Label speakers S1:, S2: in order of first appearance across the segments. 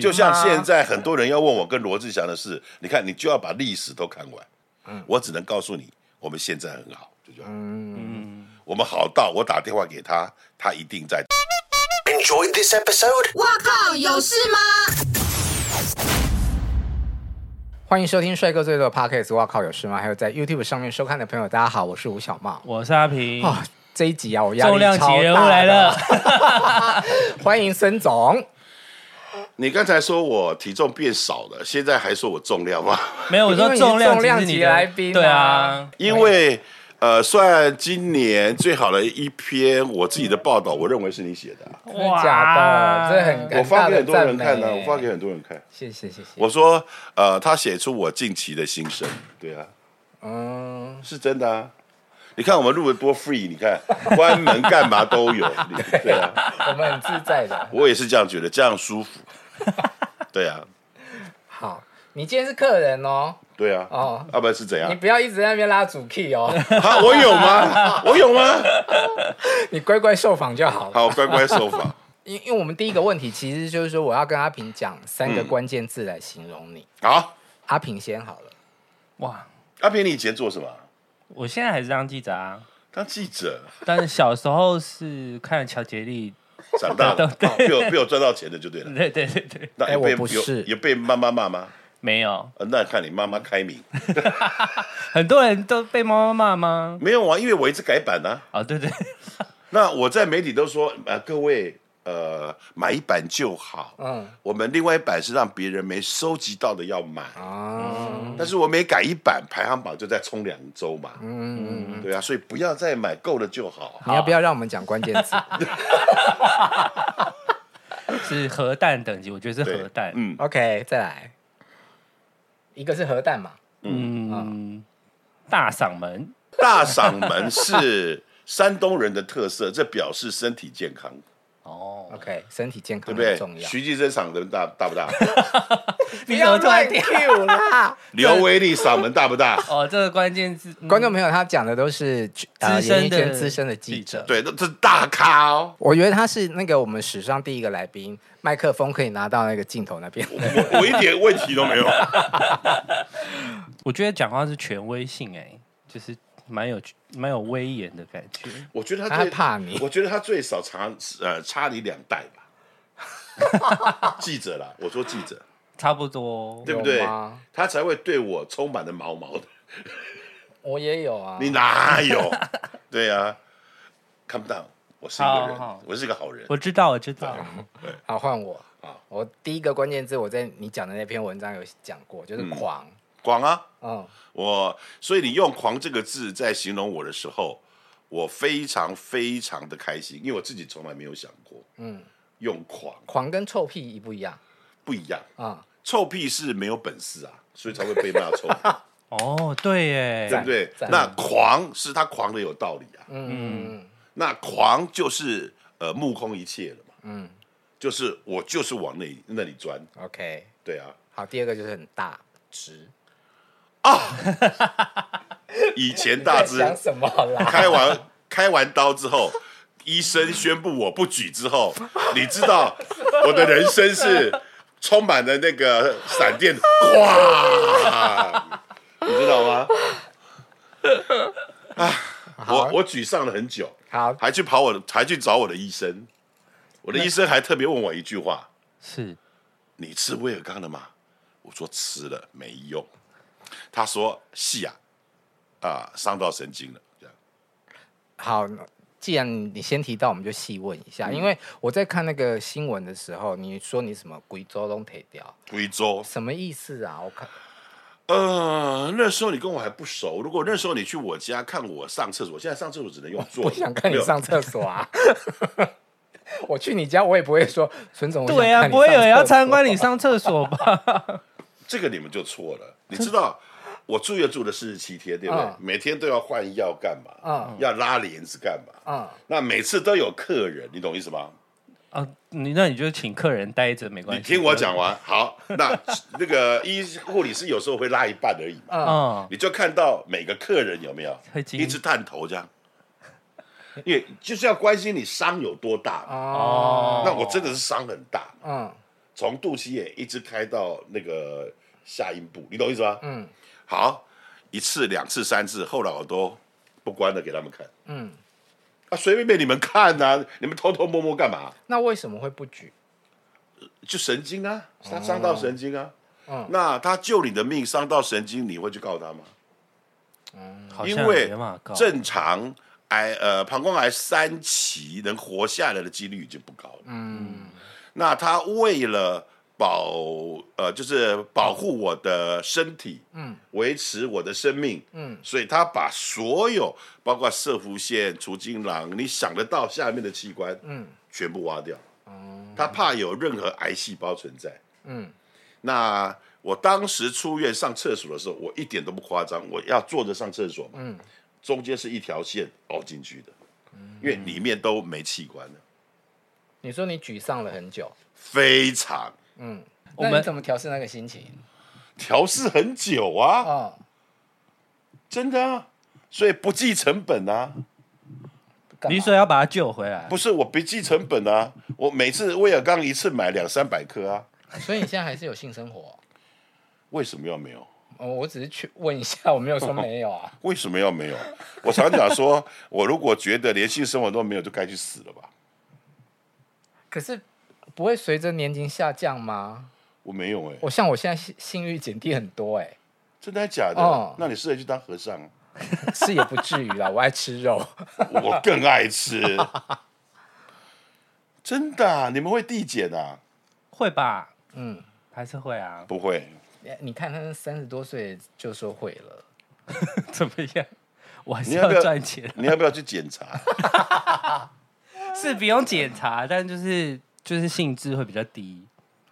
S1: 就像
S2: 啊
S1: 现在很多人要问我跟罗志祥的事，你看你就要把历史都看完。嗯，我只能告诉你，我们现在很好，就这样。嗯，我们好到我打电话给他，他一定在。
S3: Enjoyed this episode?
S4: 哇靠，有事吗？
S2: 欢迎收听帅哥最多的 Podcast，哇靠，有事吗？还有在 YouTube 上面收看的朋友，大家好，我是吴小茂。
S5: 我是阿 平，
S2: 啊，这一集啊，我压力
S5: 重量级
S2: 超
S5: 人物
S2: 大的，
S5: 来了，
S2: 欢迎孙总。
S1: 你刚才说我体重变少了，现在还说我重量吗？
S5: 没有我
S2: 因为
S5: 说
S2: 你是
S5: 重量
S2: 重量
S5: 级是你
S2: 级
S5: 的
S2: 来宾啊
S5: 对啊，
S1: 因
S2: 哎
S1: 为呃，算今年最好的一篇我自己的报道，我认为是你写的啊、
S2: 真的假的？这很
S1: 我
S2: 尴
S1: 发给
S2: 尬的
S1: 很多人
S2: 赞
S1: 看呢、啊
S2: 美。
S1: 我发给很多人看。
S2: 谢谢谢谢。
S1: 我说，呃，他写出我近期的心声，对啊，
S2: 嗯，
S1: 是真的啊。你看我们录的多 free，你看 关门干嘛都有，你对啊，
S2: 我们很自在的。
S1: 我也是这样觉得，这样舒服，对啊，
S2: 好，你今天是客人哦，
S1: 对啊，
S2: 哦
S1: 要不然是怎
S2: 你
S1: 样？
S2: 不要一直在那边拉主 key 哦，
S1: 啊，我有吗？我有吗？
S2: 你乖乖受访就好了。
S1: 好，乖乖受访。
S2: 因因为我们第一个问题其实就是说，我要跟阿平讲
S1: 嗯
S2: 三个关键字来形容你。
S1: 好，
S2: 阿平先好了，
S5: 哇！
S1: 阿平，你以前做什么？
S5: 我现在还是当记者啊，
S1: 当记者，
S5: 但是小时候是看乔杰利，
S1: 长大 了，哦被我被我赚到钱的就对了。
S5: 对对对对，
S1: 那
S2: 哎
S1: 也被
S2: 我不
S1: 有
S2: 是
S1: 也被妈妈骂吗？
S5: 没有，
S1: 呃那看你妈妈开明，
S5: 很多人都被妈妈骂吗？
S1: 没有啊，因为我一直改版啊。
S5: 哦，对 对，
S1: 那我在媒体都说，呃，各位，呃，买一版就好。
S2: 嗯
S1: 我们另外一版是让别人没收集到的要买，
S2: 啊，
S1: 但是我每改一版，排行榜就再冲两周嘛。
S2: 嗯，
S1: 对啊，所以不要再买，够了就好。
S2: 你要不要让我们讲关键词
S5: 是核弹等级，我觉得是
S1: 对
S5: 核弹，
S1: 嗯，
S2: ？OK，再来，一个是核弹嘛，
S5: 嗯，大嗓门，
S1: 大嗓门是山东人的特色，这表示身体健 康，
S5: 哦，
S2: OK，身体健
S1: 对
S2: 康
S1: 不
S2: 很
S1: 对
S2: 重？要。
S1: 徐继生嗓门大大不 大？
S2: 不
S5: 你怎么突然
S2: 乱 Q 啦！
S1: 刘威利嗓门大不大？
S5: 哦，这个关键字，嗯
S2: 观众朋友，他讲的都是呃
S5: 资深
S2: 演艺圈
S5: 的
S2: 资深的记
S5: 记
S2: 者
S5: 者。
S1: 对，那这是大咖哦。
S2: 我觉得他是那个我们史上第一个来宾，麦克风可以拿到那个镜头那边。
S1: 我我一点问题都没有。
S5: 我觉得讲话是权威性，哎，就是蛮有蛮有威严的感觉，
S1: 我觉得他最
S2: 他怕你
S1: 我觉得他最少差呃差你两代吧。记者啦，我说记者，
S5: 差不多
S1: 对，不对
S2: 有吗？
S1: 他才会对我充满了毛毛的。
S2: 我也有啊，
S1: 你哪有？对啊，calm down，我是一个
S5: 好
S1: 人
S5: 好，
S1: 我是一个好人。
S5: 我知道，我知道。
S2: 好换我
S1: 好。
S2: 我第一个关键字我在你讲的那篇文章有讲过，就是狂。
S1: 广啊，
S2: 嗯，
S1: 我所以你用“狂”这个字在形容我的时候，我非常非常的开心，因为我自己从来没有想过，嗯，用“狂
S2: 狂跟臭屁一不一样”
S1: 不一样。
S2: 啊、
S1: 臭屁是没有本事啊，所以才会被骂臭屁。
S5: 哦，对耶，
S1: 对不对
S2: 赞？
S1: 那狂是他狂的有道理啊，
S2: 嗯嗯
S1: 那狂就是呃目空一切了嘛，嗯，就是我就是往那里那里钻，
S2: 嗯，OK。
S1: 对 啊，
S2: 好，第二个就是很大直。
S1: 以前大
S2: 你
S1: 只
S2: 在想什么啦？
S1: 开完开完刀之后，医生宣布我不举之后，你知道我的人生是充满了那个闪电，哇，你知道 吗？啊，我我沮丧了很久，
S2: 好，
S1: 还去跑我的，还去找我的医生，我的医生还特别问我一句话
S5: 是：“
S1: 你吃威尔刚了吗？”我说：“吃了，没用。”他说：“是啊，啊、伤到神经了。”这样，
S2: 好，既然你先提到，我们就细问一
S5: 嗯
S2: 下，因为我在看那个新闻的时候，你说你什么贵州龙腿掉，
S1: 贵州
S2: 什么意思啊？我看
S1: 呃，那时候你跟我还不熟。如果那时候你去我家看我上厕所，现在上厕所只能用坐的。
S2: 不想看
S1: 没
S2: 你
S1: 有
S2: 上厕所啊。 我去你家，我也不会说孙总。我想
S5: 对啊，
S2: 看你
S5: 不会有人要
S2: 上厕所
S5: 参观你上厕所吧？
S1: 这个你们就错了。你知道我住院住了四十七天，对不对？
S2: 嗯
S1: 每天都要换药干嘛？
S2: 嗯
S1: 要拉帘子干嘛？
S2: 嗯，
S1: 那每次都有客人，你懂意思吗？
S5: 啊，你那你就请客人待着没关
S1: 你
S5: 系。
S1: 听我讲完，好， 那那个医护理师有时候会拉一半而已嘛，
S5: 嗯，
S1: 你就看到每个客人有没有
S5: 会惊
S1: 一直探头这样，因为就是要关心你伤有多大嘛。
S2: 哦，
S5: 哦，啊
S1: 那我真的是伤很大，
S2: 嗯，
S1: 从肚脐眼一直开到那个下阴部，你懂我意思吗？
S2: 嗯
S1: 好，一次、两次、三次，后来我都不关了给他们看，
S2: 嗯，
S1: 啊，随便被你们看呐、你们偷偷摸摸干嘛？
S2: 那为什么会不举？
S1: 就神经啊，他伤到神经啊。
S2: 嗯
S1: 那他救你的命，伤到神经，你会去告他吗？
S5: 好
S1: 因
S5: 像
S1: 为
S5: 没办法告
S1: 正常癌呃膀胱癌三期能活下来的几率就不高了。嗯，那他为了保呃就是保护我的身体，嗯，维持我的生命，嗯，所以他把所有包括射弧线、除精囊，你想得到下面的器官，嗯，哦全部挖掉。他怕有任何癌细胞存在。
S2: 嗯，
S1: 那我当时出院上厕所的时候，我一点都不夸张，我要坐着上厕所嘛，嗯，中间是一条线凹进去的，因为里面都没器官了，
S2: 你说你沮丧了很久，
S1: 非常
S5: 我
S2: 那
S5: 们
S2: 你怎么调试那个心情？
S1: 调试很久啊，
S2: 哦，
S1: 真的啊，所以不计成本啊，
S2: 干嘛
S5: 你是说要把他救回来，
S1: 不是我不计成本啊，我每次威尔刚一次买两三百颗啊，
S2: 所以你现在还是有性生活？
S1: 为什么要没有？
S2: 哦，我只是去问一下，我没有说没有 啊。
S1: 为什么要没有？我常讲说， 我如果觉得连性生活都没有，就该去死了吧。
S2: 可是不会随着年龄下降吗？
S1: 我没有哎、
S2: 我像我现在性性欲减低很多、欸，
S1: 真的还假的？
S2: 哦
S1: 那你适合去当和尚啊，
S2: 哎，是也不至于啦，我爱吃肉。
S1: 我更爱吃。真的啊、你们会递减啊？
S5: 会吧？
S2: 嗯，
S5: 还是会啊？
S1: 不会，
S2: 你你看他三十多岁就说会了，
S5: 怎么样？我还是
S1: 你要不要
S5: 赚钱，
S1: 你要不要去检查？
S5: 是不用检查，但就是就是性质会比较低，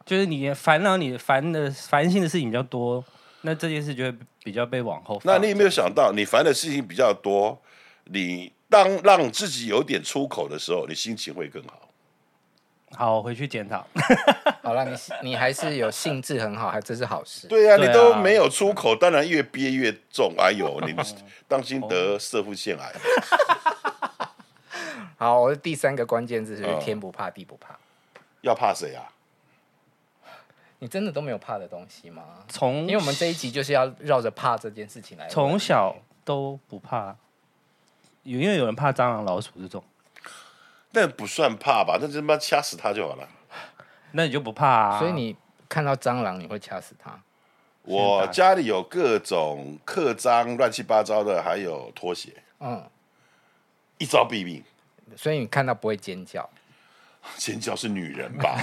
S5: 就是你烦恼你烦的烦心的事情比较多，那这件事就会比较被往后放。
S1: 那你有没有想到，你烦的事情比较多，你当让自己有点出口的时候，你心情会更好。
S5: 好，我回去检讨。
S2: 好了，你你还是有兴致很好，还这是好事。
S1: 对呀、
S5: 对啊
S1: 你都没有出口，当然越憋越重。哎呦，你当心得射腹腺癌。
S2: 好，我的第三个关键字就是
S1: 嗯
S2: 天不怕地不怕。
S1: 要怕谁啊？
S2: 你真的都没有怕的东西吗？
S5: 从
S2: 因为我们这一集就是要绕着怕这件事情来。
S5: 从小都不怕，有因为有人怕蟑螂、老鼠这种，
S1: 那不算怕吧？那就他妈掐死他就好了。
S5: 那你就不怕啊。
S2: 所以你看到蟑螂，你会掐死它。
S1: 我家里有各种刻章、乱七八糟的，还有拖鞋，
S2: 嗯，
S1: 一招毙命。
S2: 所以你看到不会尖叫。
S1: 尖叫是女人吧？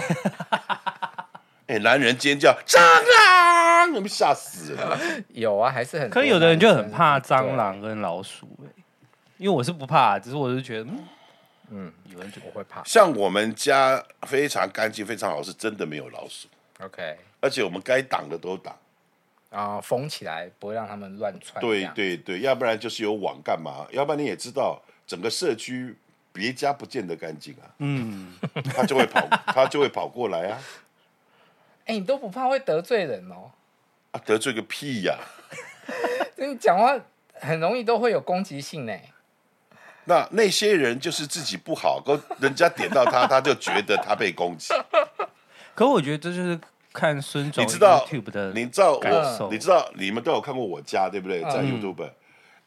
S1: 哎、男人尖叫蟑螂，你们吓死了。
S2: 有啊，还是很多男生。
S5: 可有的人就很怕
S2: 对
S5: 蟑螂跟老鼠、欸，因为我是不怕，啊只是我是觉得，嗯，
S2: 有人就不会怕。
S1: 像我们家非常干净、非常好，是真的没有老鼠，
S2: OK，
S1: 而且我们该挡的都挡。
S2: 然后封起来，不会让他们乱窜。这
S1: 对
S2: 样，
S1: 对对，要不然就是有网干嘛？要不然你也知道，整个社区别家不见得干净啊。嗯，他就会跑， 他就会跑过来啊。
S2: 哎，你都不怕会得罪人哦？
S1: 啊，得罪个屁呀、
S2: 你讲话很容易都会有攻击性呢。
S1: 那那些人就是自己不好，跟人家点到他，他就觉得他被攻击。
S5: 可我觉得这就是看孙总
S1: 你知道
S5: YouTube 的，
S1: 你知道嗯
S5: 感
S1: 我
S5: 受，
S1: 你知道你们都有看过我家对不对？在 YouTube，、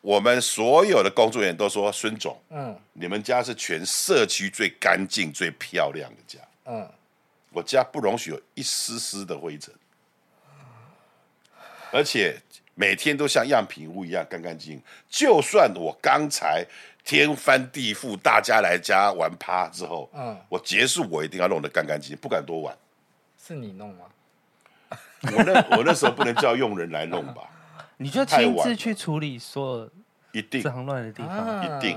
S1: 我们所有的工作人员都说孙总，
S2: 嗯
S1: 你们家是全社区最干净、最漂亮的家。
S2: 嗯，
S1: 我家不容许有一丝丝的灰尘，而且每天都像样品屋一样干干净净。就算我刚才天翻地覆，大家来家玩趴之后，
S2: 嗯
S1: 我结束我一定要弄得干干净净，不敢多玩。
S2: 是你弄吗？
S1: 我那 我那时候不能叫佣人来弄吧，
S5: 你就
S1: 太
S5: 亲
S1: 晚了
S5: 自去处理所有
S1: 一定
S5: 脏乱的地方。
S1: 一定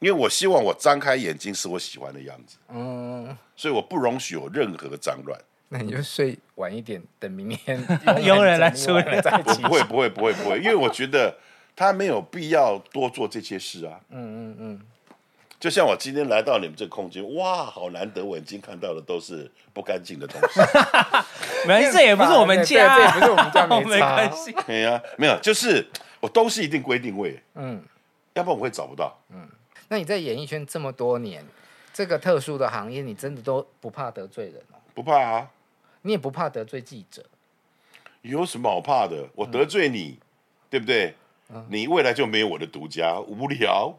S1: 因为我希望我张开眼睛是我喜欢的样子，
S2: 嗯，
S1: 所以我不容许有任何脏乱。
S2: 那你就睡晚一点，等明 天
S5: 佣人来
S2: 整理完
S5: 处理
S2: 了 再
S1: 我
S2: 起
S1: 不会，不会，不会，不会，因为我觉得他没有必要多做这些事啊。
S2: 嗯嗯嗯，
S1: 就像我今天来到你们这个空间，哇，好难得，我眼睛看到的都是不干净的东西。
S5: 没关系，这也不是我们家啊，
S2: 对这也不是我们家 没
S5: 没
S2: 差
S5: 关系。
S1: 对哎呀、没有，就是我东西一定归定位，
S2: 嗯。
S1: 要不然我会找不到。
S2: 那你在演艺圈这么多年，这个特殊的行业，你真的都不怕得罪人哦？
S1: 不怕啊，
S2: 你也不怕得罪记者。
S1: 有什么好怕的？我
S2: 嗯
S1: 得罪你，对不对？你未来就没有我的独家，无聊，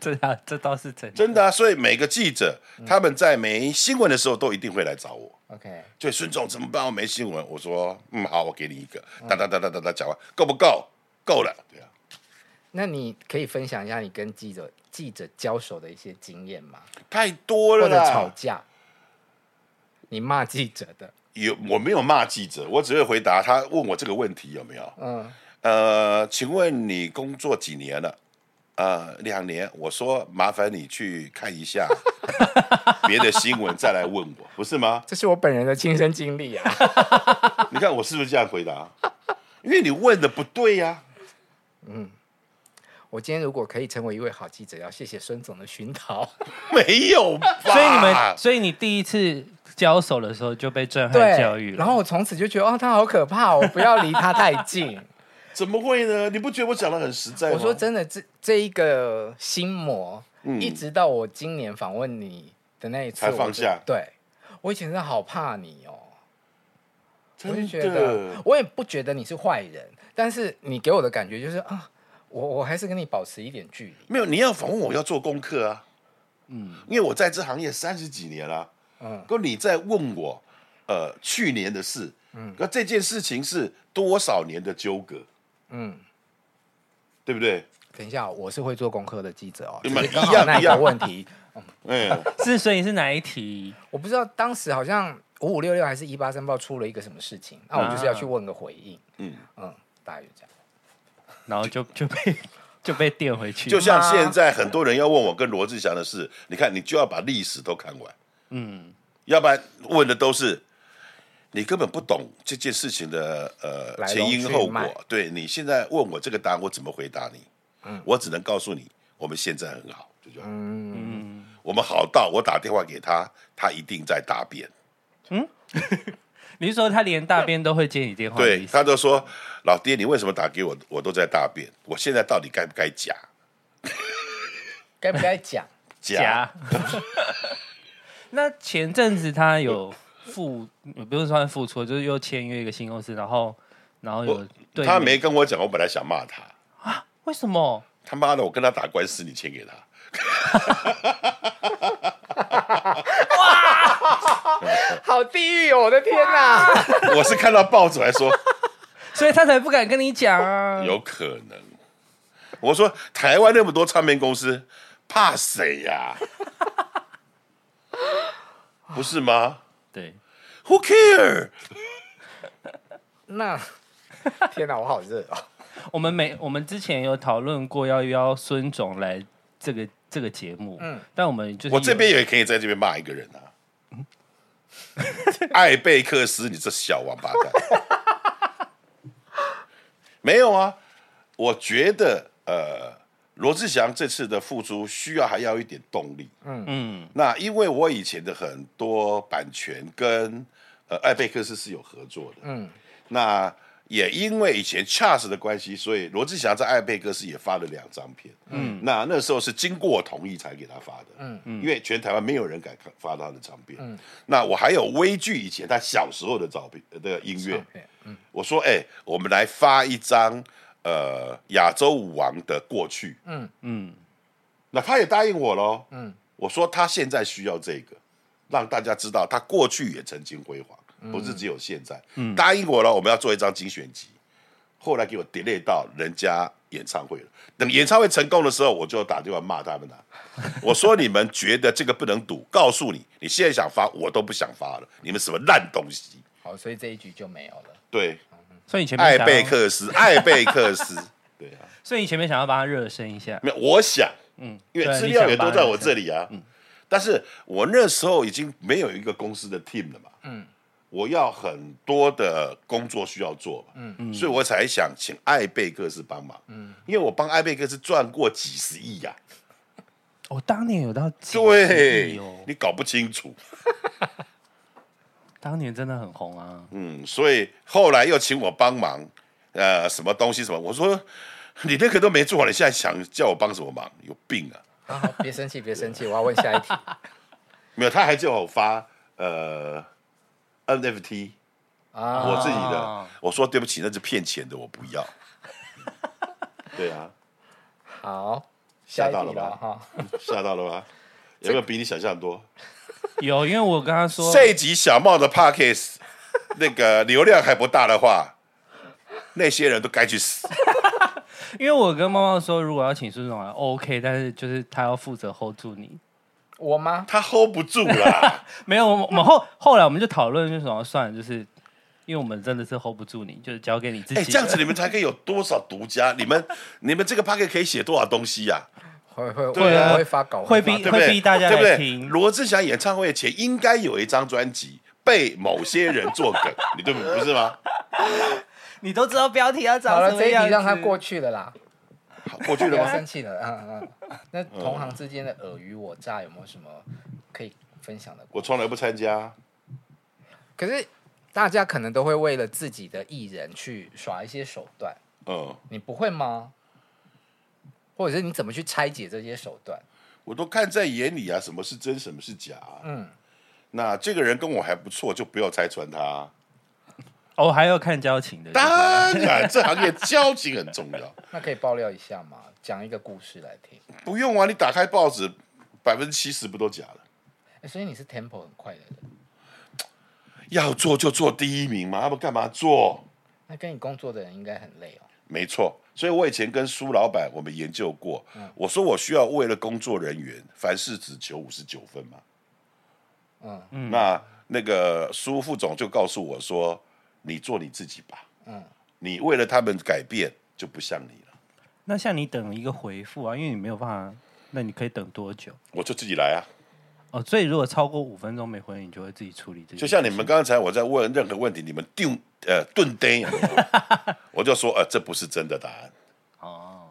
S5: 这啊，这倒是真的。
S1: 真的
S2: 嗯
S1: 啊、所以每个记者他们在没新闻的时候，都一定会来找我。
S2: OK，
S1: 就孙总怎么办？我没新闻。我说，嗯，好，我给你一个，哒哒哒哒哒哒，讲完够不够？够了，对啊，
S2: 那你可以分享一下你跟记者记者交手的一些经验吗？
S1: 太多了
S2: 或者吵
S1: 啦。
S2: 架，你骂记者的，
S1: 有我没有骂记者，我只会回答他问我这个问题有没有？
S2: 嗯，
S1: 呃，请问你工作几年了？呃，两年。我说麻烦你去看一下别的新闻，再来问我，不是吗？
S2: 这是我本人的亲身经历啊。
S1: 你看我是不是这样回答？因为你问的不对呀、
S2: 我今天如果可以成为一位好记者，要谢谢孙总的熏 陶。
S1: 没有吧？
S5: 所以你
S1: 啊
S5: 们，所以你第一次交手的时候就被震撼
S2: 对
S5: 教育，了。
S2: 然后我从此就觉得，哦，他好可怕哦，我不要离他太 近。
S1: 怎么会呢？你不觉得我讲的很实在吗？
S2: 我说真的，这这一个心魔，
S1: 嗯
S2: 一直到我今年访问你的那一次，
S1: 才放
S2: 我就
S1: 下
S2: 对我以前真的好怕你哦，我就
S1: 真
S2: 觉得
S1: 的，
S2: 我也不觉得你是坏人，但是你给我的感觉就是啊，我我还是跟你保持一点距离。
S1: 没有。你要访问我要做功课啊，嗯，因为我在这行业三十几年了、
S2: 嗯
S1: 哥，你在问我，呃，去年的事，嗯，那这件事情是多少年的纠葛，
S2: 嗯，
S1: 对不对？
S2: 等一下，我是会做功课的记者哦，
S1: 你们
S2: 只是刚
S1: 一
S2: 好
S1: 样
S2: 那
S1: 一样
S2: 个问题，
S1: 哎，
S5: 是，所以是哪一题？
S2: 我不知道当时好像五五六六还是一八三报出了一个什么事情，那我就是要去问个回应。
S1: 嗯
S2: 嗯，大约这样。
S5: 然后就 就被就被电回去。
S1: 就像现在很多人要问我跟罗志祥的事，你看你就要把历史都看完，
S5: 嗯，
S1: 要不然问的都是你根本不懂这件事情的呃
S2: 来龙
S1: 前因后
S2: 去脉
S1: 果。对你现在问我这个答案，我怎么回答你？我只能告诉你，我们现在很好，就这样。我们好到我打电话给他，他一定在大便。
S5: 你是说他连大便都会接你电话的
S1: 对
S5: 哦意思？
S1: 他都说：“老爹，你为什么打给我？我都在大便。我现在到底该不该夹
S2: 该不该讲？
S1: 夹？”。
S5: 那前阵子他有付，也不是算付出，就是又签约一个新公司，然后然后有对
S1: 他没跟我讲，我本来想骂他。
S5: 为什么？
S1: 他妈的，我跟他打官司，你签给他。
S2: 好地狱哦！我的天哪！
S1: 我是看到报纸还说
S5: 所以他才不敢跟你讲啊。
S1: 有可能。我说台湾那么多唱片公司，怕谁呀、不是吗
S5: 对，
S1: ？Who care？
S2: 那天哪，我好热哦。
S5: 我们每我们之前有讨论过要邀孙总来这个这个节目，嗯，但我们就是
S1: 我这
S5: 有
S1: 边也可以在这边骂一个人啊。艾贝克斯，你这小王八蛋！没有啊，我觉得呃，罗志祥这次的付出需要还要一点动力。
S5: 嗯
S1: 那因为我以前的很多版权跟呃艾贝克斯是有合作的，嗯，那也因为以前 Charles 的关系，所以罗志祥在艾贝克斯也发了两张片，嗯，那那时候是经过我同意才给他发的，嗯嗯，因为全台湾没有人敢发他的唱片，嗯，那我还有微剧以前他小时候的照片呃的音乐，我说哎、我们来发一张呃亚洲舞王的过去，
S5: 嗯，
S1: 那他也答应我喽。嗯，我说他现在需要这个，让大家知道他过去也曾经辉煌，不是只有现在。嗯，答应我了，我们要做一张精选集。后来给我 delay 到人家演唱会了。等演唱会成功的时候，我就打电话骂他们 了。我说你们觉得这个不能赌，告诉你，你现在想发，我都不想发了。你们什么烂东西？
S2: 好，所以这一局就没有了。
S1: 对，
S5: 所以你前面
S1: 艾
S5: 想要
S1: 贝，克 斯，艾贝克斯，对啊。
S5: 所以你前面想要帮他热身一下，啊
S1: 没有，我想，嗯，因为资料也都在我这里啊，嗯，但是我那时候已经没有一个公司的 team 了嘛，嗯，我要很多的工作需要做嘛，嗯嗯，所以我才想请艾贝克斯帮忙，嗯，因为我帮艾贝克斯赚过几十亿呀、
S5: 我、哦当年有到几十亿
S1: 对哎
S5: 哦，，
S1: 你搞不清楚，
S5: 当年真的很红啊。
S1: 嗯，所以后来又请我帮忙，呃，什么东西什么，我说你那个都没做好，你现在想叫我帮什么忙？有病啊！
S2: 好，好别生气，别生气，我要问下一题。
S1: 没有，他还叫我发呃 NFT，
S2: 啊，
S1: 我自己的
S5: 啊，
S1: 我说对不起，那是骗钱的，我不要。 对啊，
S2: 好，
S1: 吓到了
S2: 下一题了
S1: 吧？
S2: 哈。
S1: 吓到了吧？有没有比你想象多？
S5: 有，因为我跟他说，
S1: 这一集小茂的 Pockets 那个流量还不大的话，那些人都该去死。
S5: 因为我跟猫猫说，如果要请孙总来，OK，但是就是他要负责 hold 住你。
S2: 我吗？
S1: 他 hold 不住啦，
S5: 没有，我们我们后后来我们就讨论，就是什么算了，就是因为我们真的是 hold 不住你，就是交给你自己
S1: 哎、
S5: 了。
S1: 这样子你们才可以有多少独家？你们你们这个 Pocket 可以写多少东西啊呀、
S2: 会会
S1: 对啊
S2: 我会发稿，
S5: 会
S2: 发
S5: 逼
S1: 对不对？
S5: 会逼大家来
S1: 对不对？
S5: 听
S1: 罗志祥演唱会前应该有一张专辑被某些人做 梗，你对不不是吗？
S5: 你都知道标题要
S2: 好
S5: 找
S2: 了
S5: 什，么
S2: 这一
S5: 样
S2: 题
S5: 子
S2: 让他过。去了啦，
S1: 好过去了
S2: 不要
S1: 吗？
S5: 啊
S2: 生气了。嗯嗯。那同行之间的尔虞我诈有没有什么可以分享的？
S1: 我从来不参加，
S2: 可是大家可能都会为了自己的艺人去耍一些手段，
S1: 嗯，
S2: 你不会吗？或者是你怎么去拆解这些手段？
S1: 我都看在眼里啊，什么是真，什么是假、
S2: 嗯，
S1: 那这个人跟我还不错，就不要拆穿他啊、
S5: 哦，还要看交情的。
S1: 当然，这行业交情很重要。
S2: 那可以爆料一下吗？讲一个故事来听。
S1: 不用啊，你打开报纸，百分之七十不都假的？
S2: 欸所以你是 tempo 很快的人，
S1: 要做就做第一名嘛，他们干嘛做？
S2: 那跟你工作的人应该很累哦。
S1: 没错，所以我以前跟苏老板我们研究过，我说我需要为了工作人员，凡事只求五十九分嘛。
S2: 嗯
S1: 嗯，那那个苏副总就告诉我说，你做你自己吧，
S2: 嗯，
S1: 你为了他们改变就不像你了，
S5: 那像你等一个回复啊，因为你没有办法，那你可以等多久？
S1: 我就自己来啊。
S5: 哦，所以如果超过五分钟没回，你就会自己处理这些。
S1: 就像你们刚才我在问任何问题，你们定呃顿呆，有没有 我就说呃这不是真的答案。
S5: 哦，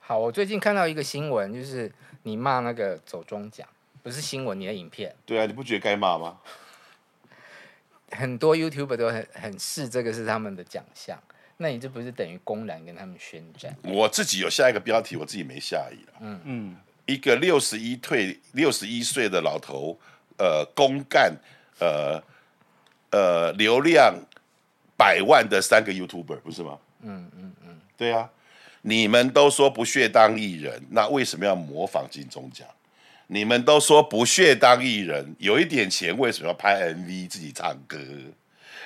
S2: 好，我最近看到一个新闻，就是你骂那个走中奖，不是新闻，你的影片，
S1: 对啊，你不觉得该骂吗？
S2: 很多 YouTuber 都很很视这个是他们的奖项，那你这不是等于公然跟他们宣战？
S1: 我自己有下一个标题，我自己没下意了。
S5: 嗯，
S1: 一个六十一退六十一岁的老头，呃，公干呃呃流量百万的三个 YouTuber 不是吗？嗯嗯嗯，对啊，你们都说不屑当艺人，那为什么要模仿金钟奖？你们都说不屑当艺人，有一点钱为什么要拍 MV 自己唱歌？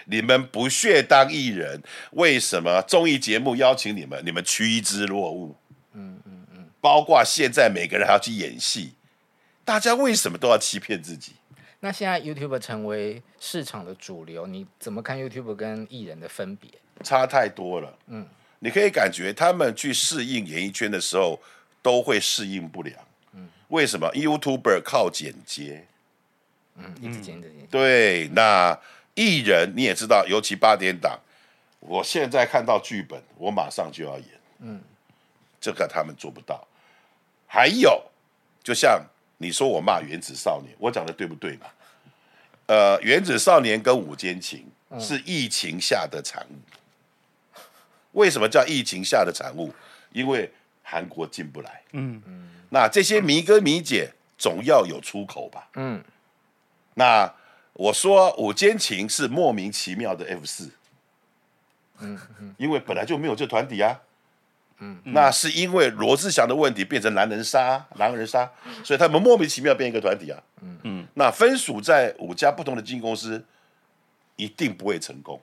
S1: 你们不屑当艺人，为什么综艺节目邀请你们，你们趋之若鹜？嗯包括现在每个人还要去演戏，大家为什么都要欺骗自己？
S2: 那现在 YouTuber 成为市场的主流，你怎么看 YouTuber 跟艺人的分别？
S1: 差太多了。嗯，你可以感觉他们去适应演艺圈的时候，都会适应不良。嗯，为什么？YouTuber 靠剪接，
S2: 嗯，一直剪一直剪，
S1: 对，那艺人你也知道，尤其八点档，我现在看到剧本，我马上就要演。嗯，这个他们做不到。还有，就像你说我骂《原子少年》，我讲的对不对嘛？呃，《原子少年》跟《午间情》是疫情下的产物。为什么叫疫情下的产物？因为韩国进不来。
S5: 嗯
S1: 嗯，那这些迷哥迷姐总要有出口吧？
S2: 嗯，
S1: 那我说午间情是莫名其妙的 F 四，嗯，因为本来就没有这团体啊，嗯，那是因为罗志祥的问题变成狼人杀，狼人杀，所以他们莫名其妙变一个团体啊，嗯嗯，那分属在五家不同的经纪公司，一定不会成功，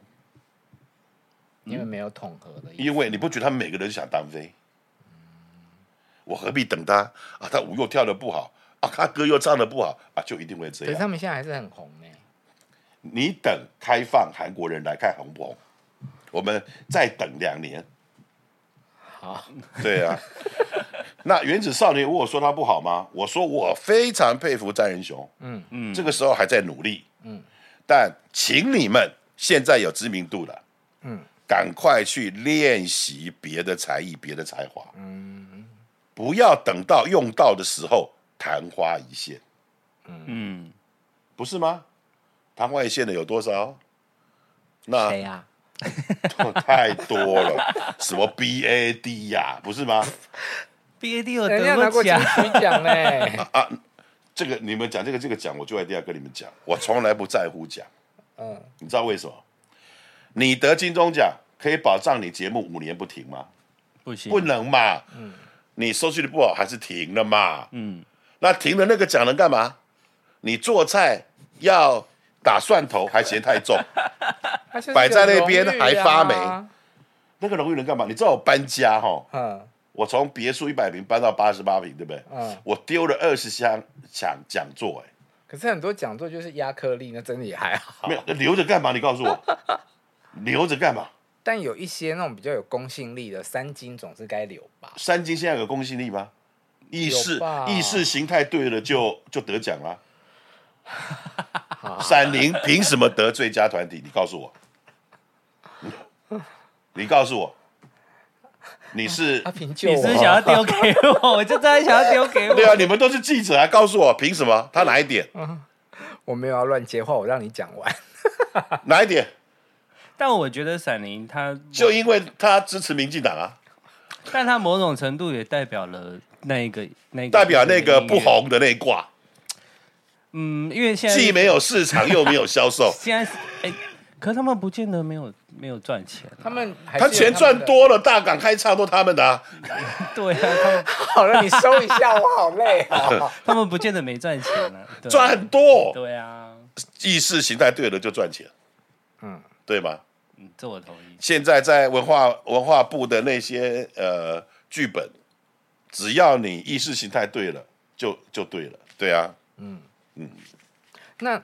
S2: 因为没有统合的意思。
S1: 因为你不觉得他们每个人都想单飞？嗯我何必等他啊？他舞又跳的不好啊，他歌又唱的不好啊，就一定会这
S2: 可是
S1: 样。
S2: 他们现在还是很红呢、
S1: 你等开放韩国人来看红不红？我们再等两年。
S2: 好，
S1: 对啊，那《原子少年》，我有说他不好吗？我说我非常佩服詹仁雄，嗯嗯，这个时候还在努力，嗯，但请你们现在有知名度了，嗯，赶快去练习别的才艺、别的才华，嗯，不要等到用到的时候昙花一现，
S5: 嗯，
S1: 不是吗？昙花一现的有多少？那
S2: 谁呀、
S1: 太多了，什么 BAD 呀、不是吗？
S5: b a d 有
S2: 人家拿
S5: 得
S2: 过金
S5: 奖，
S2: 曲奖呢。
S1: 这个你们讲这个这个讲，我就一定要跟你们讲，我从来不在乎讲，
S2: 嗯，
S1: 你知道为什么？你得金钟奖可以保障你节目五年不停吗？
S5: 不
S2: 嗯
S5: 行，
S1: 不能嘛。你收视率不好还是停了嘛？
S5: 嗯，
S1: 那停了那个奖能干嘛？你做菜要打蒜头还嫌太 重，
S2: 它就是
S1: 摆在那边
S2: 个荣誉
S1: 还发霉
S2: 啊
S1: 那个荣誉能干嘛？你知道我搬家哈，
S2: 嗯
S1: 我从别墅一百平搬到八十八平，对不对？
S2: 嗯，
S1: 我丢了二十箱讲讲座、哎。
S2: 可是很多讲座就是压颗粒，那真的也还好。
S1: 没有留着干嘛？你告诉我， 留着干嘛？
S2: 但有一些那种比较有公信力的三金总是该留吧？
S1: 三金现在有公信力吗？意识
S2: 有吧
S1: 意识形态对了就就得奖啦。 闪灵凭什么得最佳团体？你告诉我，你告诉我，你是
S2: 他凭救
S5: 你
S2: 我，
S5: 是不是想要丢给 我，我就真的想要丢给我
S1: 对。啊？你们都是记者啊，告诉我凭什么？他哪一点？
S2: 嗯我没有要乱接话，我让你讲完。
S1: 哪一点？
S5: 但我觉得闪灵他，
S1: 就因为他支持民进党啊，
S5: 但他某种程度也代表了那一个那一个
S1: 代表那个不
S5: 好。
S1: 红的那一挂，
S5: 嗯，因为现在
S1: 既没有市场又没有销售。
S5: 现在是哎、可是他们不见得没有没有赚钱、
S2: 他们还是
S1: 他
S2: 有
S1: 钱
S2: 们
S1: 赚
S2: 的，
S1: 多了，大港开唱都他们的、啊，
S5: 对啊，他们
S2: 好了，你收一下，我好累啊。
S5: 他们不见得没赚钱 啊，对啊
S1: 赚很多。
S5: 对啊，
S1: 意识形态对了就赚钱，
S2: 嗯，
S1: 对吗？
S5: 嗯，这我同意。
S1: 现在在文化文化部的那些呃剧本，只要你意识形态对了，就就对了，对啊。
S2: 那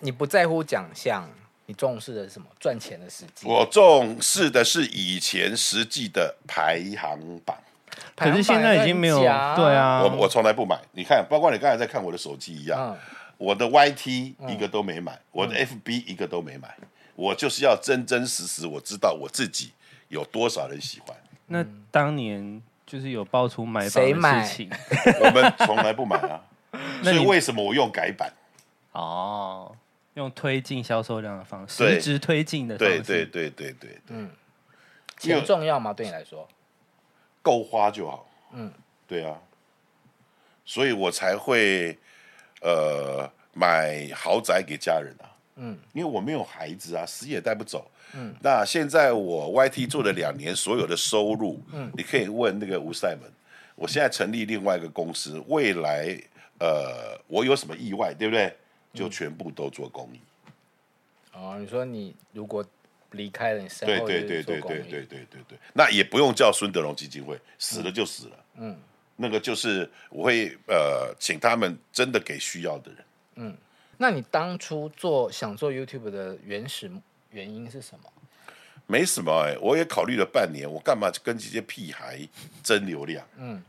S2: 你不在乎奖项，你重视的是什么？赚钱的时机。
S1: 我重视的是以前实际的排行榜，
S2: 排行
S5: 可
S2: 榜
S5: 是现在已经没有，
S2: 也
S5: 对
S2: 很假，
S5: 啊，
S1: 我我从来不买。你看，包括你刚才在看我的手机一样，
S2: 嗯，
S1: 我的 YT
S5: 嗯
S1: 一个都没买，我的 FB 一个都没买，我就是要真真实实，我知道我自己有多少人喜 欢。
S5: 那当年就是有爆出买
S2: 嗯谁
S5: 榜
S2: 买
S5: 的事情
S1: 我们从来不买啊，
S5: 那
S1: 所
S5: 你
S1: 以为什么我用改版？
S5: 哦，用推进销售量的方式，
S1: 对
S5: 实质推进的方
S1: 对
S5: 式，
S1: 对对对对，因为
S2: 钱重要吗？对你来说，
S1: 够花就好。
S2: 嗯，
S1: 对啊，所以我才会呃买豪宅给家人啊。
S2: 嗯，
S1: 因为我没有孩子啊，死也带不走。嗯，那现在我 YT 做了两年，所有的收入，嗯，你可以问那个吴赛门。我现在成立另外一个公司，未来呃，我有什么意外，对不对？就全部都做公益。
S2: 哦，你说你如果离开了，你身
S1: 对
S2: 后
S1: 对
S2: 就
S1: 对
S2: 是做
S1: 对
S2: 公
S1: 对
S2: 益
S1: 对对对对，那也不用叫孙德荣基金会，死了就死了。
S2: 嗯，
S1: 那个就是我会呃，请他们真的给需要的人。
S2: 那你当初做想做 YouTube 的原始原因是什么？
S1: 没什么哎、我也考虑了半年，我干嘛跟这些屁孩争流量？
S2: 嗯，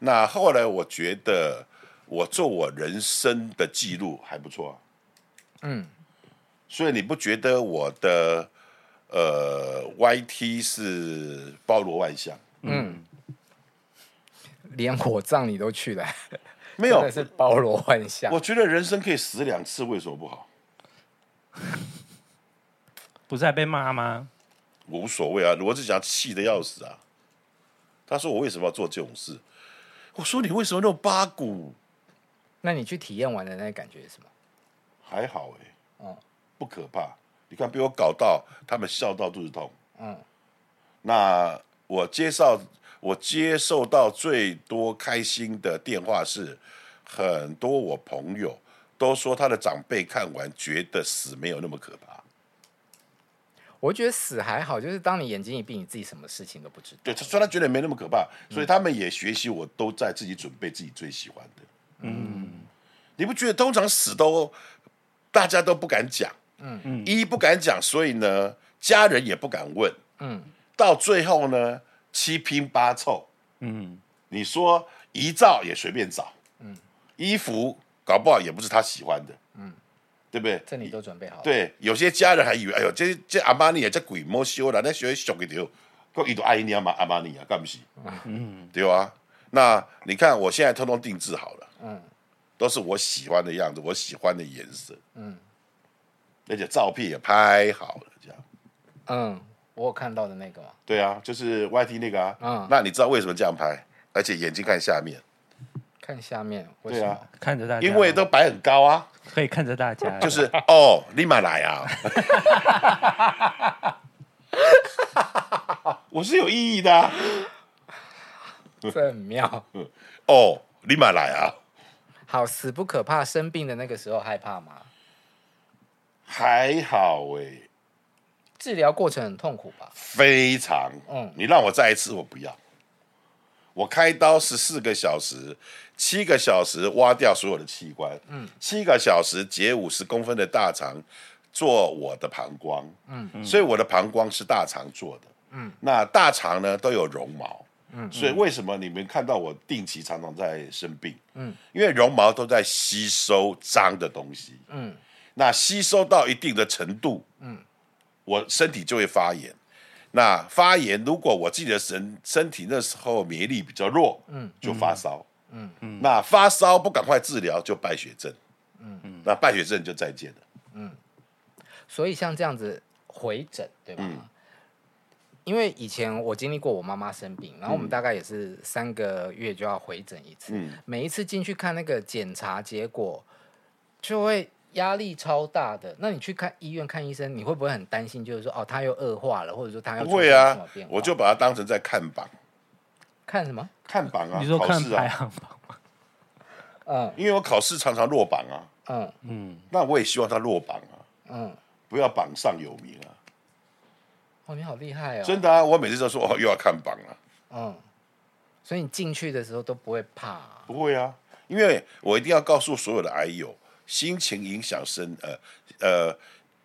S1: 那后来我觉得我做我人生的记录还不错、啊，
S2: 嗯，
S1: 所以你不觉得我的呃 YT 是包罗万象？
S2: 连火葬你都去了，
S1: 没
S2: 真
S1: 有
S2: 的，是包罗万象
S1: 我。觉得人生可以死两次，为什么不好？
S5: 不是还被骂吗？
S1: 我无所谓啊。罗志祥气得要死啊！他说我为什么要做这种事？我说你为什么那么八股？
S2: 那你去体验完的那个感觉是什么？
S1: 还好哎、
S2: 嗯
S1: 不可怕。你看被我搞到，他们笑到肚子痛。
S2: 嗯，
S1: 那我接受我接受到最多开心的电话是，很多我朋友都说他的长辈看完觉得死没有那么可怕。
S2: 我觉得死还好，就是当你眼睛一闭，你自己什么事情都不知道。
S1: 对，所以他觉得没那么可怕，所以他们也学习我都在自己准备自己最喜欢的。
S5: 嗯，
S1: 你不觉得通常死都大家都不敢讲，
S2: 嗯
S1: 嗯，一不敢讲，所以呢，家人也不敢问，
S2: 嗯
S1: 到最后呢，七拼八凑，
S5: 嗯，
S1: 你说遗照也随便找，嗯，衣服搞不好也不是他喜欢的，嗯，对不对？
S2: 这你都准备好了。，
S1: 对，有些家人还以为，哎呦，这这阿玛尼啊，这鬼莫修啦，那学俗一条，佮伊都爱你嘛，阿玛尼啊，干不是？嗯，对啊。那你看，我现在通通定制好了，
S2: 嗯
S1: 都是我喜欢的样子，我喜欢的颜色，
S2: 嗯
S1: 而且照片也拍好了，这样。
S2: 嗯，我有看到的那个嘛。
S1: 对啊，就是 YT 那个啊。
S2: 嗯
S1: 那你知道为什么这样拍？而且眼睛看下面，
S2: 看下面，为
S1: 对
S2: 什么？
S1: 啊，
S5: 看着大家，
S1: 因为都摆很高啊，
S5: 可以看着大家，
S1: 就是哦，立马来啊！ 我是有意义的、啊、
S2: 这很妙。
S1: 哦，立马来啊！
S2: 好，死不可怕，生病的那个时候害怕吗？
S1: 还好哎、
S2: 治疗过程很痛苦吧？
S1: 非常，
S2: 嗯
S1: 你让我再一次，我不要。我开刀十四个小时，七个小时挖掉所有的器官，嗯，七个小时截五十公分的大肠做我的膀胱，嗯，所以我的膀胱是大肠做的，嗯，那大肠呢都有绒毛，嗯，所以为什么你们看到我定期常常在生病，嗯，因为绒毛都在吸收脏的东西，
S2: 嗯，
S1: 那吸收到一定的程度，嗯，我身体就会发炎。那发炎，如果我自己的身身体那时候免疫力比较弱，嗯，就发烧，嗯嗯，那发烧不赶快治疗就败血症，嗯嗯，那败血症就再见了。
S2: 所以像这样子回诊，对吧？
S1: 嗯
S2: 因为以前我经历过我妈妈生病，然后我们大概也是三个月就要回诊一次，
S1: 嗯
S2: 每一次进去看那个检查结果，就会压力超大的。那你去看医院看医生，你会不会很担心？就是说，哦，他又恶化了，或者说他又
S1: 不
S2: 出
S1: 会
S2: 现什
S1: 啊
S2: 么变，化
S1: 我就把它当成在看榜，
S2: 看什么？
S1: 看榜啊，
S5: 你说
S1: 考
S5: 看
S1: 试
S5: 排
S1: 啊，
S5: 行榜，
S2: 嗯
S1: 因为我考试常常落榜啊，
S2: 嗯
S5: 嗯，
S1: 那我也希望它落榜啊，
S2: 嗯，
S1: 不要榜上有名啊，
S2: 哦，你好厉害哦，
S1: 真的啊，我每次都说哦又要看榜了、
S2: 嗯。所以你进去的时候都不会怕啊、
S1: 不会啊，因为我一定要告诉所有的癌友，心情影响生呃呃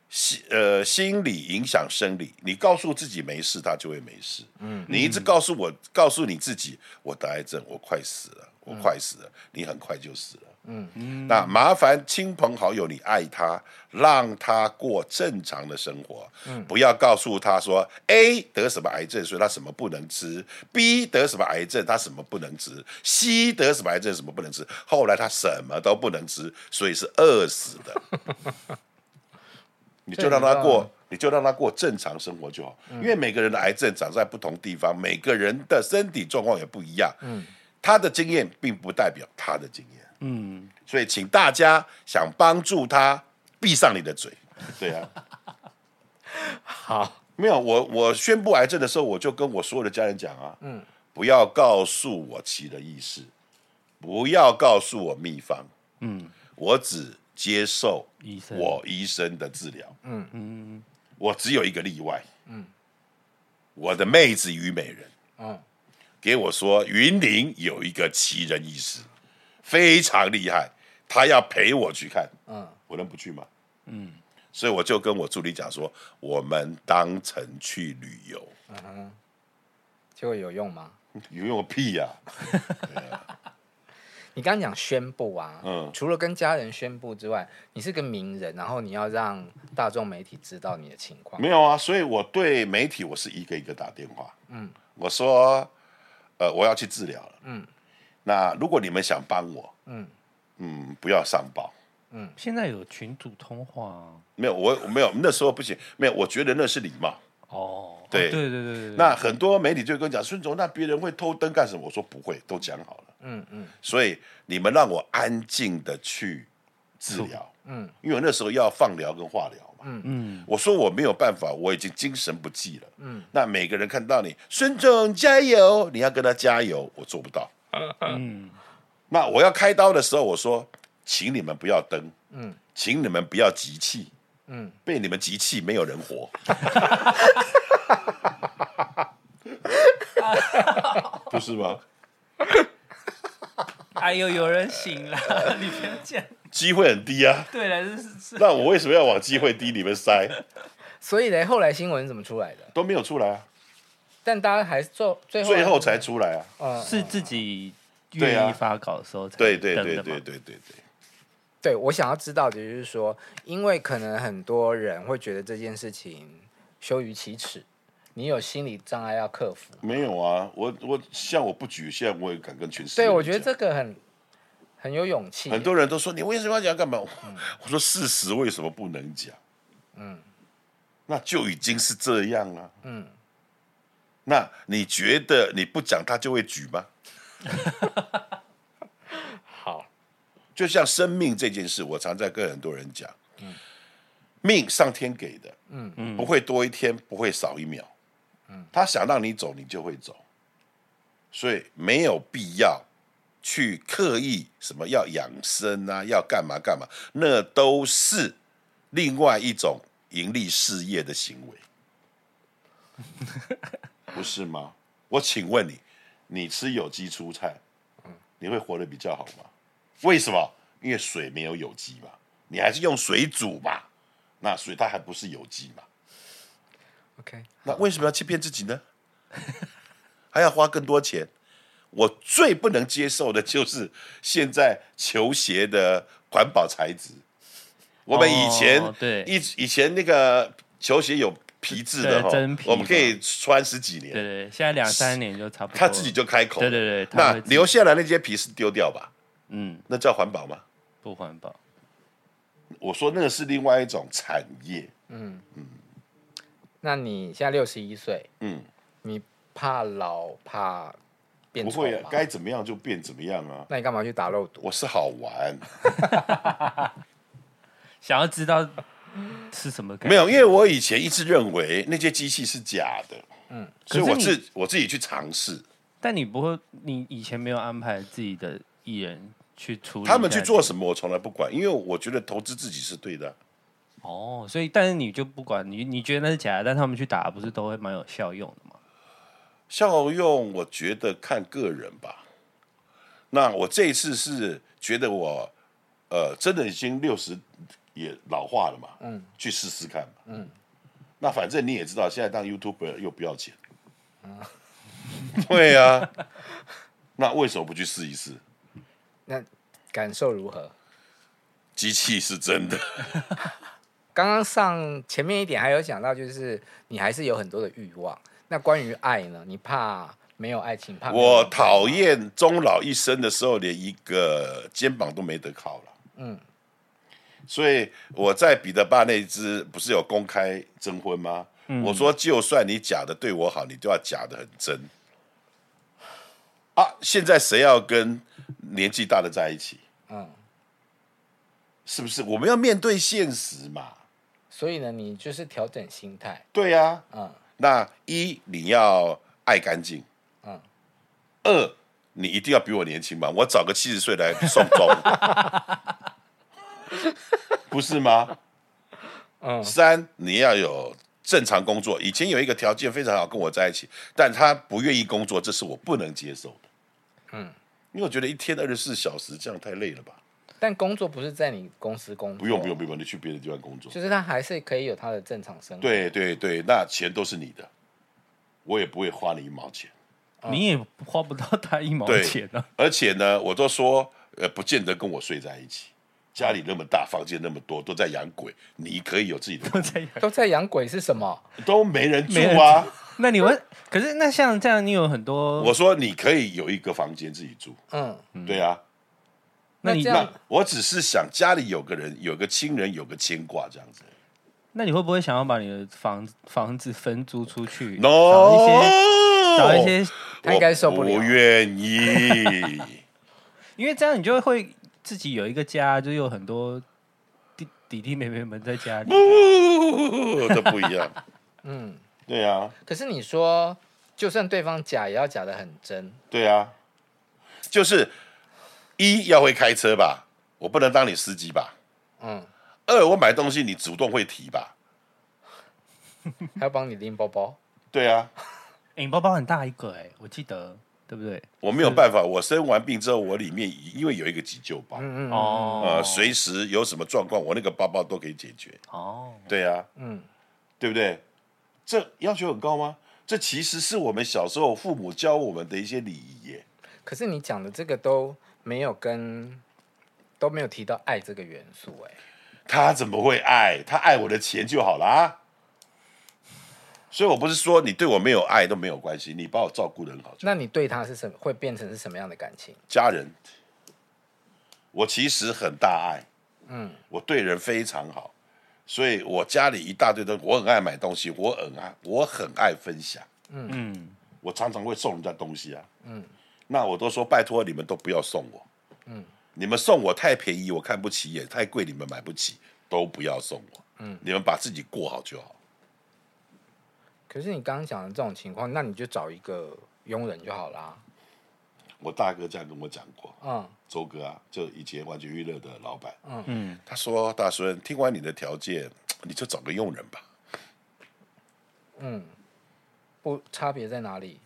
S1: 心呃心理影响生理。你告诉自己没事，他就会没事。嗯，你一直告诉我，告诉你自己，我得癌症，我快死了，我快死了，你很快就死了。嗯，那麻烦亲朋好友，你爱他，让他过正常的生活，不要告诉他说 A 得什么癌症，所以他什么不能吃；B 得什么癌症，他什么不能吃；C 得什么癌症，什么不能吃。后来他什么都不能吃，所以是饿死的。 你就让他过，你嗯就让他过正常生活就好。因为每个人的癌症长在不同地方，每个人的身体状况也不一样。嗯，他的经验并不代表他的经验。嗯，所以请大家想帮助他，闭上你的嘴。对啊，
S2: 好，
S1: 没有我我宣布癌症的时候，我就跟我所有的家人讲啊，嗯，不要告诉我起了意识，不要告诉我秘方，
S5: 嗯，
S1: 我只接受
S5: 医生，
S1: 我医生的治疗。嗯嗯，我只有一个例外。嗯，我的妹子虞美人，
S2: 嗯，
S1: 给我说云林有一个奇人异事，非常厉害，她要陪我去看。
S2: 嗯，
S1: 我能不去吗？嗯，所以我就跟我助理讲说，我们当成去旅游，
S2: 结果有用吗？
S1: 游泳屁呀、
S2: 你刚刚讲宣布啊，
S1: 嗯
S2: 除了跟家人宣布之外，你是个名人，然后你要让大众媒体知道你的情况
S1: 没。有啊，所以我对媒体我是一个一个打电话。嗯，我说，呃，我要去治疗了。嗯，那如果你们想帮我，
S2: 嗯
S1: 嗯，不要上报。
S5: 现在有群主通话啊
S1: 没有，我没有那时候不行，没有，我觉得那是礼貌。
S5: 哦，
S1: 对
S5: 哦对对对对，
S1: 那很多媒体就跟我讲，孙总，那别人会偷灯干什么？我说不会，都讲好了。
S2: 嗯嗯
S1: 所以你们让我安静的去治疗，
S2: 嗯，
S1: 因为我那时候要放疗跟化疗嘛，嗯嗯，我说我没有办法，我已经精神不济了，嗯，那每个人看到你，孙总加油，你要跟他加油，我做不到，
S5: 嗯，
S1: 那我要开刀的时候，我说，请你们不要登，
S2: 嗯
S1: 嗯，请你们不要集气，
S2: 嗯，
S1: 被你们集气，没有人活。不是吗？
S5: 哎呦，有人醒了， 你不要这样。
S1: 机会很低啊，
S5: 对了，这是是
S1: 那我为什么要往机会低里面塞？
S2: 所以嘞，后来新闻怎么出来的？
S1: 都没有出来啊，
S2: 但大家还是做最后
S1: 最后才出来 啊。
S2: 嗯，
S5: 是自己
S1: 对
S5: 愿
S1: 啊
S5: 意发稿的时候才
S1: 对啊对
S5: 登
S1: 对
S5: 的
S1: 对
S5: 嘛。
S1: 对对对，
S2: 对我想要知道的就是说，因为可能很多人会觉得这件事情羞于启齿，你有心理障碍要克服。
S1: 没有啊，我我像我不举，现在我也敢跟全世界
S2: 对，
S1: 人
S2: 我觉得
S1: 讲
S2: 这个很很有勇气。
S1: 很多人都说你为什么要讲干嘛？我
S2: 嗯
S1: 我说事实为什么不能讲？那就已经是这样了、嗯，那你觉得你不讲他就会举吗？就像生命这件事，我常在跟很多人讲，命上天给的，嗯嗯，不会多一天，不会少一秒，嗯，他想让你走，你就会走，所以没有必要去刻意什么要养生啊，要干嘛干嘛，那都是另外一种盈利事业的行为， 不是吗？我请问你，你吃有机蔬菜，你会活得比较好吗？为什么？因为水没有有机嘛，你还是用水煮嘛，那所以它还不是有机嘛。
S2: OK，
S1: 那为什么要欺骗自己呢？ 还要花更多钱？我最不能接受的就是现在球鞋的环保材质。我们以前、
S5: 哦对
S1: 以以前那个球鞋有皮质的
S5: 对
S1: 哈
S5: 真，皮
S1: 我们可以
S5: 嘛
S1: 穿十几年
S5: 对。对，现在两三年就差不多
S1: 他
S5: 了。
S1: 自己就开口了，
S5: 对对对他
S1: 那
S5: 会自己
S1: 留下来那些皮是丢掉吧？
S5: 嗯
S1: 那叫环保吗？
S5: 不环保。
S1: 我说那个是另外一种产业，
S2: 那你现在六十一岁，
S1: 嗯，
S2: 你怕老怕变
S1: 不
S2: 丑
S1: 会啊
S2: 吗，
S1: 该怎么样就变怎么样啊。
S2: 那你干嘛去打肉毒？
S1: 我是好 玩，
S5: 想要知道是什么感觉？
S1: 没有，因为我以前一直认为那些机器是假的，嗯，所以
S5: 可是
S1: 我
S5: 你
S1: 自我自己去尝试，
S5: 但你不会，你以前没有安排自己的艺人去处理
S1: 他们
S5: 一下
S1: 去做什么我从来不管，因为我觉得投资自己是对的啊。
S5: 哦，所以但是你就不管你，你觉得那是假的，但他们去打不是都会蛮有效用的吗？
S1: 效用，我觉得看个人吧。那我这一次是觉得我，呃，真的已经六十也老化了嘛，嗯，去试试看嘛，嗯。那反正你也知道，现在当 YouTuber 又不要钱，嗯对呀、那为什么不去试一试？
S2: 那感受如何？
S1: 机器是真的，
S2: 刚刚上前面一点还有讲到，就是你还是有很多的欲望。那关于爱呢？你怕没有爱情？怕没有
S1: 我
S2: 爱情
S1: 讨厌终老一生的时候，连一个肩膀都没得靠了。
S2: 嗯，
S1: 所以我在彼得巴那一支不是有公开征婚吗？我说，就算你假的对我好，你都要假的很真。啊，现在谁要跟年纪大的在一起？
S2: 嗯，
S1: 是不是？我们要面对现实嘛。
S2: 所以呢，你就是调整心态。
S1: 对呀、
S2: 嗯，
S1: 那一你要爱干净，
S2: 嗯，
S1: 二你一定要比我年轻嘛，我找个七十岁来送 终，不是吗？
S2: 嗯
S1: 三你要有正常工作，以前有一个条件非常好跟我在一起，但他不愿意工作，这是我不能接受的。
S2: 嗯，
S1: 因为我觉得一天二十四小时这样太累了吧？
S2: 但工作不是在你公司工作，
S1: 不用不用不，用，你去别的地方工作。
S2: 就是他还是可以有他的正常生活。，
S1: 对对对，那钱都是你的，我也不会花你一毛钱。
S5: 你也花不到他一毛
S1: 啊对
S5: 钱啊。
S1: 而且呢，我都说，呃，不见得跟我睡在一起。家里那么大，房间那么多，都在养鬼，你可以有自己的，
S5: 这样
S2: 都在养鬼是什么？
S1: 都没人住
S5: 没人
S1: 啊。
S5: 那你会，可是那像这样，你有很多，
S1: 我说你可以有一个房间自己住，
S2: 嗯，
S1: 对啊。
S5: 那
S2: 那
S5: 你
S2: 这
S5: 那
S2: 样
S1: 那我只是想家里有个人，有个亲人，有个牵挂这样子。
S5: 那你会不会想要把你的房房子分租出去
S1: No，
S5: 找一些找一些，
S2: 他应该受不
S1: 我
S2: 了
S1: 不愿 意。
S5: 因为这样你就会自己有一个家，就有很多弟弟弟妹妹们在家里。
S1: 不，这不一样。
S2: 嗯，
S1: 对啊，
S2: 可是你说，就算对方假，也要假的很真。
S1: 对啊，就是一要会开车吧，我不能当你司机吧。
S2: 嗯，
S1: 二，我买东西你主动会提吧？
S2: 还要帮你拎包包。
S1: 对啊，
S5: 诶你包包很大一个哎、我记得对不对？
S1: 我没有办法，我生完病之后，我里面因为有一个急救包，
S2: 嗯嗯嗯嗯
S5: 哦
S1: 呃，随时有什么状况，我那个包包都可以解决。
S5: 哦，
S1: 对啊，
S2: 嗯，
S1: 对不对？这要求很高吗？这其实是我们小时候父母教我们的一些礼仪耶。
S2: 可是你讲的这个都没有跟都没有提到爱这个元素、哎，
S1: 他怎么会爱？他爱我的钱就好啦。所以我不是说你对我没有爱都没有关系，你把我照顾的很好就好
S2: 那你对他是什么？会变成是什么样的感情？
S1: 家人，我其实很大爱，
S2: 嗯，
S1: 我对人非常好，所以我家里一大堆东西，我很爱买东西，我很爱，我很爱分享，
S5: 嗯，
S1: 我常常会送人家东西啊，嗯，那我都说拜托你们都不要送我，嗯，你们送我太便宜，我看不起也太贵，你们买不起，都不要送我。嗯，你们把自己过好就好。
S2: 可是你刚刚讲的这种情况，那你就找一个佣人就好啦。
S1: 我大哥这样跟我讲过，
S2: 嗯
S1: 周哥啊，就以前玩具娱乐的老板，
S5: 嗯，
S1: 他说：“大孙，听完你的条件，你就找个佣人吧。
S2: 嗯，不差别在哪里？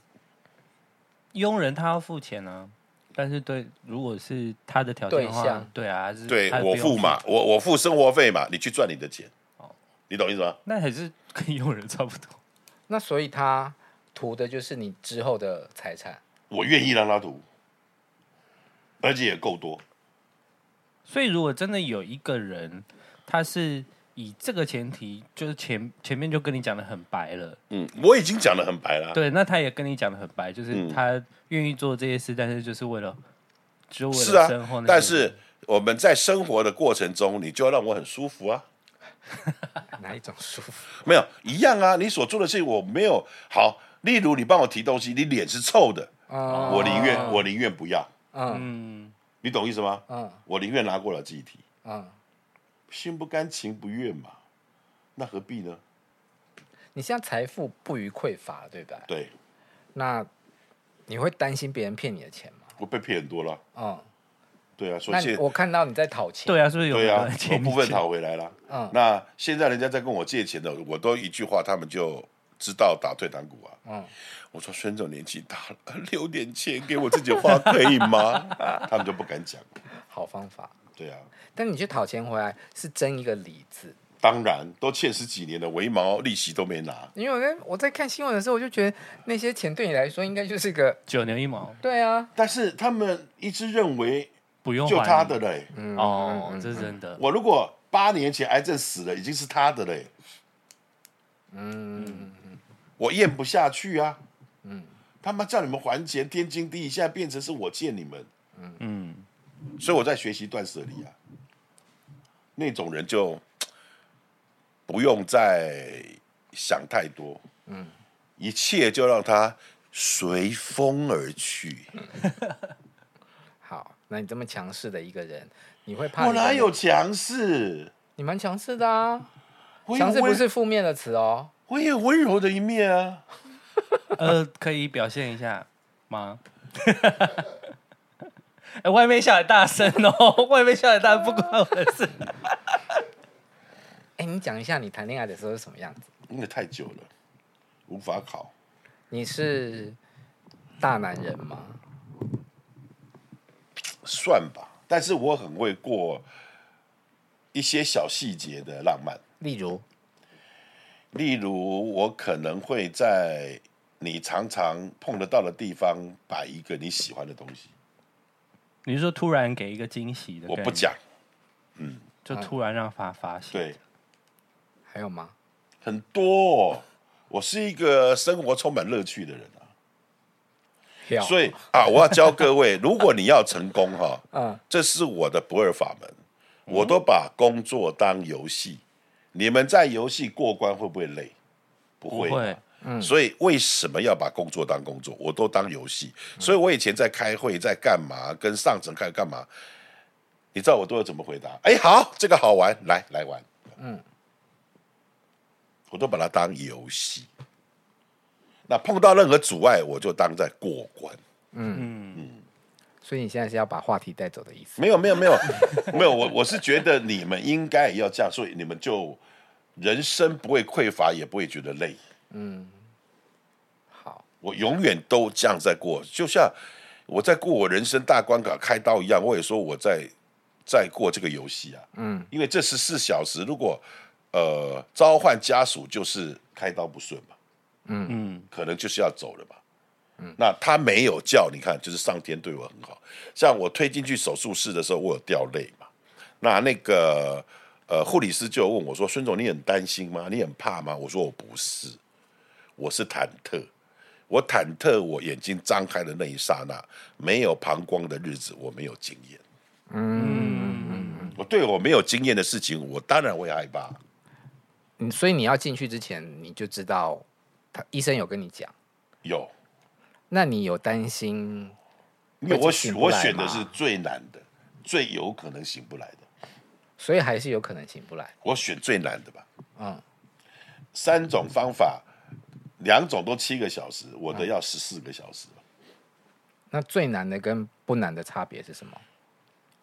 S5: 佣人他要付钱啊，但是对，如果是他的条件的
S2: 对
S5: 话
S2: 象，
S5: 对啊，还是
S1: 对
S5: 他不
S1: 我
S5: 用哦
S1: 付嘛，我我付生活费嘛，你去赚你的钱。你懂意思吗？
S5: 那还是跟佣人差不多。
S2: 那所以他图的就是你之后的财产。
S1: 我愿意让他读，而且也够多。
S5: 所以如果真的有一个人，他是以这个前提，就是前前面就跟你讲的很白了，
S1: 嗯，我已经讲的很白了。
S5: 对，那他也跟你讲的很白，就
S1: 啊嗯
S5: 是他愿意做这些事，但是就是为了，只为
S1: 是
S5: 了
S1: 啊
S5: 生活那些。，
S1: 但是我们在生活的过程中，你就要让我很舒服啊。
S2: 哪一种舒服？
S1: 没有一样啊，你所做的事情我没有好。例如你帮我提东西，你脸是臭的，
S2: 啊
S1: 我宁
S5: 哦
S1: 愿我宁愿不要，
S2: 嗯
S5: 嗯，
S1: 你懂意思吗？
S2: 嗯
S1: 我宁愿拿过来自己提，
S2: 嗯，
S1: 心不甘情不愿嘛，那何必呢？
S2: 你现在财富不予匮乏，对吧？
S1: 对
S2: 那你会担心别人骗你的钱吗？
S1: 我被骗很多了，
S2: 嗯，
S1: 对啊，所
S2: 那
S1: 以
S2: 你
S1: 现
S2: 我看到你在讨钱。
S5: 对啊，是不是有
S1: 对啊
S5: 人，欠
S1: 我
S5: 你
S1: 部分
S5: 钱
S1: 讨回来了。
S2: 嗯
S1: 那现在人家在跟我借钱的，我都一句话，他们就知道打退堂鼓啊。
S2: 嗯，
S1: 我说孙总年纪大了，留点钱给我自己花可以吗？ 他们就不敢讲。
S2: 好方法。
S1: 对啊，
S2: 但你去讨钱回来是争一个理字，
S1: 当然都欠十几年的，我一毛利息都没拿。
S2: 因为我在我在看新闻的时候，我就觉得那些钱对你来说应该就是个
S5: 九牛一毛，
S2: 对啊，
S1: 但是他们一直认为
S5: 不用
S1: 就
S5: 还
S1: 他
S5: 你
S1: 的嘞。
S5: 哦，这是真的。
S1: 我如果八年前癌症死了，已经是他的嘞。
S2: 嗯，
S1: 我咽不下去啊。嗯，他妈叫你们还钱，天经地义，现在变成是我欠你们，
S5: 嗯，
S1: 所以我在学习断舍离啊。那种人就不用再想太多，嗯，一切就让它随风而去。
S2: 好，那你这么强势的一个人，你会怕
S1: 我
S2: 你的
S1: 哪有？强势？
S2: 你蛮强势的啊，
S1: 我有
S2: 强势不
S1: 温
S2: 是负面的词哦。
S1: 我也有温柔的一面啊。
S5: 呃，可以表现一下吗？ 哎、外面下很大声哦， 外面下很大，不关我的事。
S2: 哎，你讲一下你谈恋爱的时候是什么样子？
S1: 因为太久了，无法考。
S2: 你是大男人吗？
S1: 算吧，但是我很会过一些小细节的浪漫，
S2: 例如，
S1: 例如我可能会在你常常碰得到的地方摆一个你喜欢的东西，
S5: 你是说突然给一个惊喜的，
S1: 我不，讲，
S5: 就突然让他发现。
S1: 对，
S2: 还有吗？
S1: 很多哦、我是一个生活充满乐趣的人啊，
S2: 有
S1: 所以啊，我要教各位，如果你要成功哈、
S2: 嗯，
S1: 这是我的不二法门，我都把工作当游戏，你们在游戏过关会不会累？不
S5: 不
S1: 会
S5: 会嗯
S1: 嘛。所以为什么要把工作当工作？我都当游戏。所以我以前在开会，在干嘛，跟上层开干嘛，你知道我都有怎么回答？哎，好，这个好玩，来来玩。嗯，我都把它当游戏。那碰到任何阻碍，我就当在过关。
S2: 所以你现在是要把话题带走的意思。
S1: 没有没有没有没有，我我是觉得你们应该也要这样，所以你们就人生不会匮乏，也不会觉得累。
S2: 好，
S1: 我永远都这样在过，就像我在过我人生大关卡开刀一样，我也说我在在过这个游戏啊。
S2: 嗯，
S1: 因为这十四小时，如果呃召唤家属就是开刀不顺嘛，
S5: 嗯，
S1: 可能就是要走了嘛。那他没有叫，你看，就是上天对我很好。像我推进去手术室的时候，我有掉泪嘛。那那个呃，护理师就问我说：“孙总，你很担心吗？你很怕吗？”我说：“我不是，我是忐忑。我忐忑，我眼睛张开的那一刹那，没有膀胱的日子，我没有经验。嗯，我对我没有经验的事情，我当然会害怕。
S2: 你嗯所以你要进去之前你就知道，他医生有跟你讲，
S1: 有，
S2: 那你有担心
S1: 因为
S2: 会
S1: 我
S2: 进
S1: 选
S2: 不
S1: 我
S2: 来
S1: 选的
S2: 嘛
S1: 是最难的，最有可能醒不来的，
S2: 所以还是有可能醒不来。
S1: 我选最难的吧。
S2: 嗯，
S1: 三种方法，两种都七个小时，我的要十四个小时。
S2: 那最难的跟不难的差别是什么？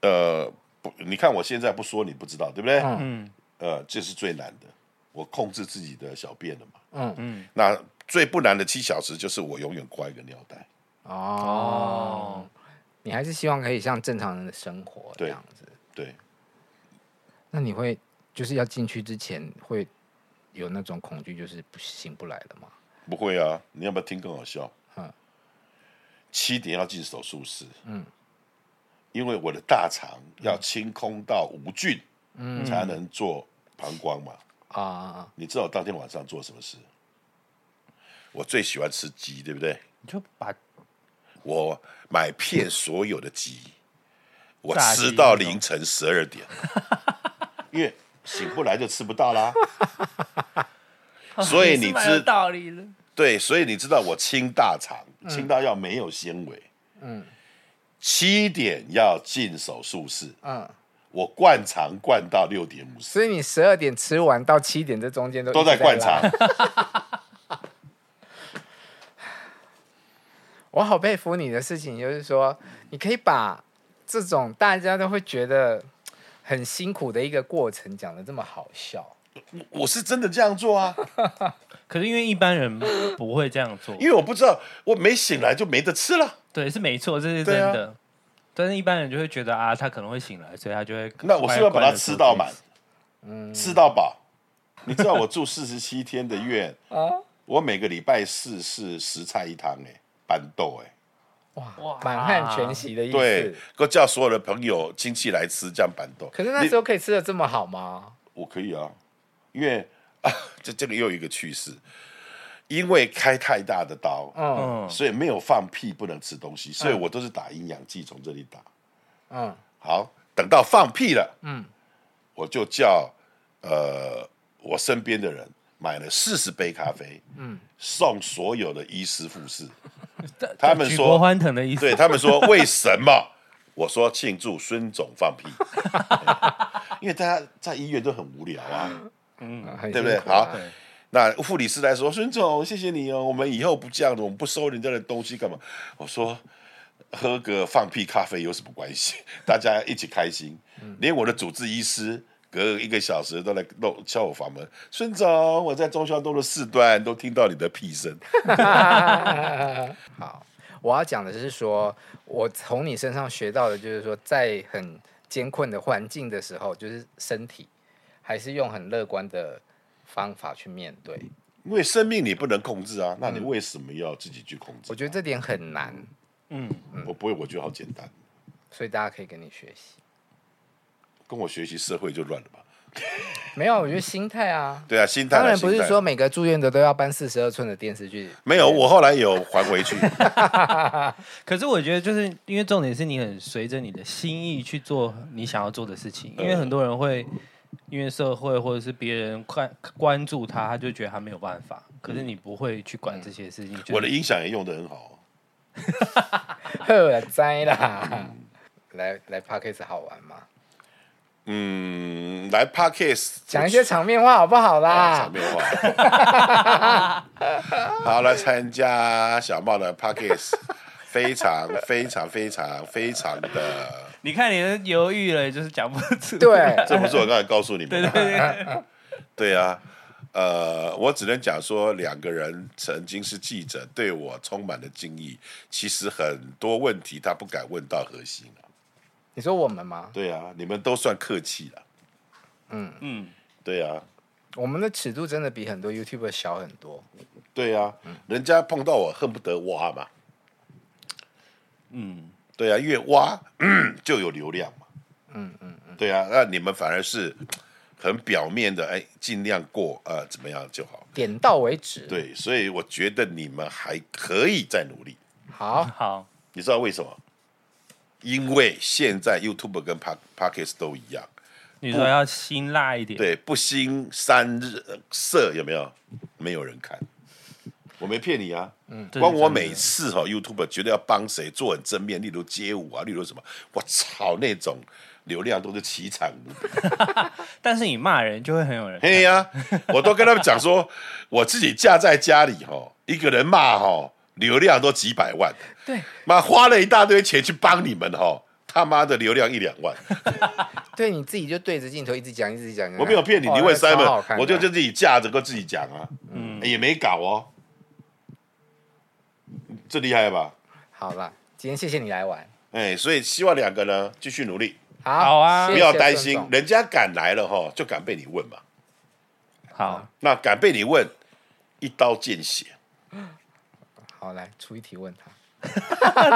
S1: 呃，不，你看我现在不说你不知道，对不对？
S2: 嗯
S1: 呃，这是最难的，我控制自己的小便了嘛。
S2: 嗯
S1: 嗯。那最不难的七小时就是我永远挂一个尿袋。嗯
S2: 哦，你还是希望可以像正常人的生活这
S1: 对
S2: 样子。
S1: 对，
S2: 那你会就是要进去之前会有那种恐惧，就是不醒不来了吗？
S1: 不会啊，你要不要听更好笑？
S2: 嗯
S1: 七点要进手术室，
S2: 嗯，
S1: 因为我的大肠要清空到无菌，嗯，才能做膀胱嘛。
S2: 啊啊啊！
S1: 你知道我当天晚上做什么事？我最喜欢吃鸡，对不对？
S5: 你就把
S1: 我买遍所有的 鸡，我
S5: 炸鸡
S1: 吃到凌晨十二点， 因为醒不来就吃不到啦。所以你
S5: 是蛮有
S1: 知
S5: 道理的，嗯
S1: 对，所以你知道我清大肠，清到要没有纤维。
S2: 嗯，
S1: 七点要进手术室，
S2: 嗯，
S1: 我灌肠灌到六点五十，
S2: 所以你十二点吃完到七点这中间都
S1: 都
S2: 都
S1: 在灌肠。
S2: 我好佩服你的事情，就是说你可以把这种大家都会觉得很辛苦的一个过程讲的这么好笑。
S1: 我是真的这样做啊，
S5: 可是因为一般人不会这样做，
S1: 因为我不知道我没醒来就没得吃了。
S5: 对，是没错，这是真
S1: 对啊
S5: 的。但是一般人就会觉得啊，他可能会醒来，所以他就会
S1: 那我是不是要把它吃到满
S5: 乖乖地做这件事？，
S2: 嗯
S1: 吃到饱？你知道我住四十七天的 院
S2: 啊
S1: 我每个礼拜四是十菜一汤哎、板豆哎、
S2: 哇
S5: 哇，
S2: 满汉全席的意
S1: 对
S2: 思。，
S1: 我叫所有的朋友亲戚来吃这样板豆。
S2: 可是那
S1: 你
S2: 时候可以吃的这么好吗？
S1: 我可以啊，因为 啊，这这个又有一个趣事，因为开太大的刀，
S2: 嗯
S5: 嗯，
S1: 所以没有放屁不能吃东西，所以我都是打营养剂从这里打。
S2: 嗯
S1: 好，等到放屁了，
S2: 嗯，
S1: 我就叫呃我身边的人买了四十杯咖啡，嗯，送所有的医师护士，他们
S5: 举国
S1: 说，
S5: 欢腾的意思，
S1: 对他们说为什么？我说庆祝孙总放屁， 因为大家在医院都很无聊啊。
S2: 嗯很
S1: 对不
S2: 辛
S1: 对
S2: 苦啊
S1: 好那护理师来说：“孙总，谢谢你哦，我们以后不这样的，我们不收人家的东西干嘛？”我说：“喝个放屁咖啡有什么关系？ 大家一起开心。
S2: 嗯
S1: 连我的主治医师隔一个小时都来弄敲我房门，孙总，我在中山东的四段都听到你的屁声。
S2: 好，我要讲的是说，我从你身上学到的，就是说，在很艰困的环境的时候，就是身体还是用很乐观的方法去面对。
S1: 因为生命你不能控制啊，那你为什么要自己去控制？
S2: 嗯
S1: 嗯
S2: 我觉得嗯这点很难，
S1: 我不会，我觉得好简单，
S2: 所以大家可以跟你学习。
S1: 跟我学习社会就乱了吧？
S2: 没有，我觉得心态啊，
S1: 对啊，心态啊
S2: 当然不
S1: 心
S2: 是
S1: 态
S2: 说每个住院的都要搬四十二寸的电视剧。
S1: 没有，我后来有还回去。
S5: 可是我觉得，就是因为重点是你很随着你的心意去做你想要做的事情，因为很多人会因为社会或者是别人关关注他，他就觉得他没有办法。可是你不会去管这些事情，就是
S1: 嗯我的音响也用的很好哦。
S2: 呵，栽啦！来来 p a c k a g e 好玩吗？
S1: 嗯，来 podcast
S2: 讲一些场面话好不
S1: 啊，
S2: 好啦
S1: 场？面话。 好，来参加小茂的 podcast，非 常非常非常非常的，
S5: 你看你都犹豫了，就是讲不出。
S2: 对，
S1: 这不是我刚才告诉你们
S5: 对
S1: 的
S5: 对
S1: 吗，
S5: 对，
S1: 对啊。呃，我只能讲说，两个人曾经是记者，对我充满了敬意。其实很多问题他不敢问到核心啊了。
S2: 你说我们吗？
S1: 对啊，你们都算客气了。
S5: 嗯，
S1: 对啊，
S2: 我们的尺度真的比很多 YouTube 小很多。
S1: 对啊，人家碰到我恨不得挖嘛。
S5: 嗯，
S1: 对啊，越挖、嗯、就有流量嘛。嗯嗯嗯。对啊，那你们反而是很表面的，哎，尽量过啊、呃怎么样就好。
S2: 点到为止。，
S1: 对，所以我觉得你们还可以再努力。
S2: 好，
S5: 好，
S1: 你知道为什么？因为现在 YouTube 跟 Park Parkes 都一样，
S5: 你说要辛辣一点，
S1: 对，不兴三日呃色有没有？没有人看，我没骗你啊。嗯，
S5: 这是
S1: 光我
S5: 真的
S1: 每次哈、YouTube 绝对要帮谁做很正面，例如街舞啊，例如什么，我操那种流量都是奇惨无 比。
S5: 但是你骂人就会很有人看，
S1: 嘿呀、我都跟他们讲说， 我自己架在家里哈、一个人骂哈、流量都几百万，
S2: 对，
S1: 妈花了一大堆钱去帮你们哈、他妈的流量一两 万，
S2: 对，你自己就对着镜头一直讲，一直讲。
S1: 我没有骗你，
S2: 哦
S1: 你问
S2: 那超好
S1: Simon，
S2: 看的
S1: 我就就自己架着跟自己讲啊，嗯，也没搞哦，嗯这厉害吧？
S2: 好啦。今天谢谢你来玩，
S1: 哎，所以希望两个呢继续努力，
S2: 好，
S5: 好啊
S2: 谢
S1: 不
S2: 谢
S1: 要担心
S2: 孙，总
S1: 人家敢来了哈，就敢被你问嘛，
S5: 好，
S1: 那敢被你问，一刀见血。
S2: 好，来出一题问他。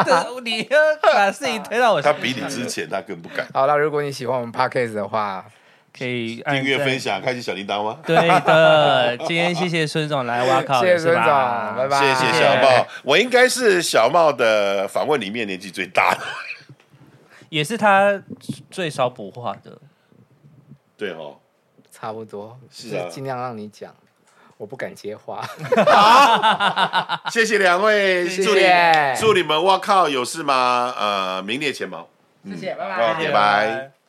S5: 这你要把事情推到我身
S1: 他
S5: 上，
S1: 比你之前他更不敢。
S2: 好啦，如果你喜欢我们 podcast 的话，
S5: 可以按
S1: 订阅
S5: 赞
S1: 分。享，开启小铃铛吗？
S5: 对 的，今天谢谢孙总来挖考，
S2: 谢谢孙总，拜。拜，
S1: 谢谢小茂，我应该是小茂的访问里面年纪最大的。
S5: 也是他最少补话的，
S1: 对哦，
S2: 差不多，
S1: 是啊
S2: 就尽量让你讲，我不敢接话。
S1: 谢谢两位，
S2: 谢谢
S1: 祝你祝你们，我靠，有事吗？呃，名列前茅。
S2: 谢谢，拜
S1: 拜 OK，拜拜。